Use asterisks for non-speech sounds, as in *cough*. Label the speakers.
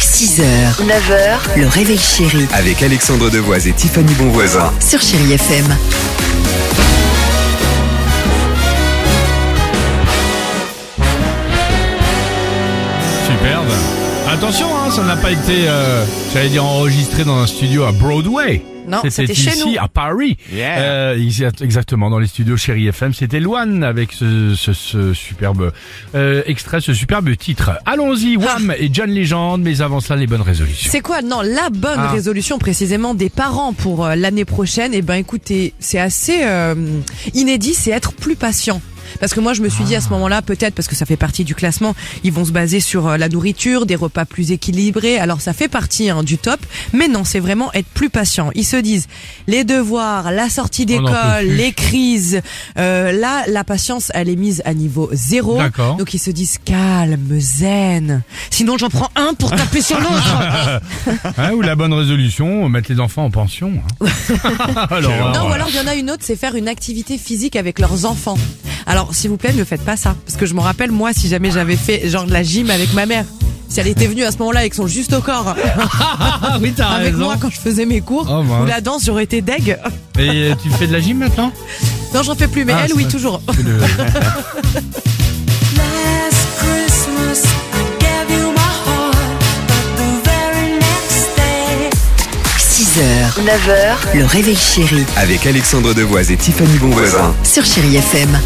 Speaker 1: 6h, 9h, le réveil chéri
Speaker 2: Avec Alexandre Devoise et Tiffany Bonvoisin.
Speaker 1: sur Chéri FM.
Speaker 3: Superbe. Attention, hein, ça n'a pas été, euh, j'allais dire, enregistré dans un studio à Broadway.
Speaker 4: Non,
Speaker 3: c'était
Speaker 4: c'était chez
Speaker 3: ici,
Speaker 4: nous.
Speaker 3: à Paris. Euh, ici, exactement, dans les studios Chéri FM. C'était Loane avec ce, ce- ce superbe euh, extrait, ce superbe titre. Allons-y,
Speaker 4: Ah.
Speaker 3: Wham et John Legend, mais avant cela, les bonnes résolutions.
Speaker 4: *laughs* C'est quoi Non, la bonne
Speaker 3: Ah.
Speaker 4: résolution précisément des parents pour euh, l'année prochaine. Eh ben, écoutez, c'est assez euh, inédit, c'est être plus patient. Parce que moi, je me suis dit à
Speaker 3: Ah.
Speaker 4: ce moment-là, peut-être parce que ça fait partie du classement, ils vont se baser sur euh, la nourriture, des repas plus équilibrés. Alors ça fait partie hein, du top, mais non, c'est vraiment être plus patient. Ils se disent les devoirs, la sortie
Speaker 3: On en peut
Speaker 4: d'école,
Speaker 3: plus.
Speaker 4: les crises. euh, là, la patience, elle est mise à niveau zéro.
Speaker 3: D'accord.
Speaker 4: Donc ils se disent calme, zen. Sinon, j'en prends un pour taper sur l'autre.
Speaker 3: Hein, ou la bonne résolution, mettre les enfants en pension. hein.
Speaker 4: *laughs*
Speaker 3: Alors,
Speaker 4: Non,
Speaker 3: alors,
Speaker 4: ou alors il y en a une autre, c'est faire une activité physique avec leurs enfants. Alors, s'il vous plaît, ne faites pas ça. Parce que je me rappelle, moi, si jamais j'avais fait genre de la gym avec ma mère. Si elle était venue à ce moment-là avec son juste au corps,
Speaker 3: Ah oui, t'as
Speaker 4: avec
Speaker 3: raison.
Speaker 4: moi quand je faisais mes cours,
Speaker 3: Oh, mince.
Speaker 4: ou la danse, j'aurais été deg.
Speaker 3: Et euh, tu fais de la gym maintenant
Speaker 4: Non, j'en fais plus, mais
Speaker 3: Ah,
Speaker 4: elle,
Speaker 3: c'est
Speaker 4: oui,
Speaker 3: vrai.
Speaker 4: toujours. *laughs*
Speaker 5: Last Christmas, I gave you my heart, but the very next day.
Speaker 1: 6h, 9h, le réveil chéri
Speaker 2: Avec Alexandre Devoise et Tiffany Bonvoisin.
Speaker 1: sur Chéri FM.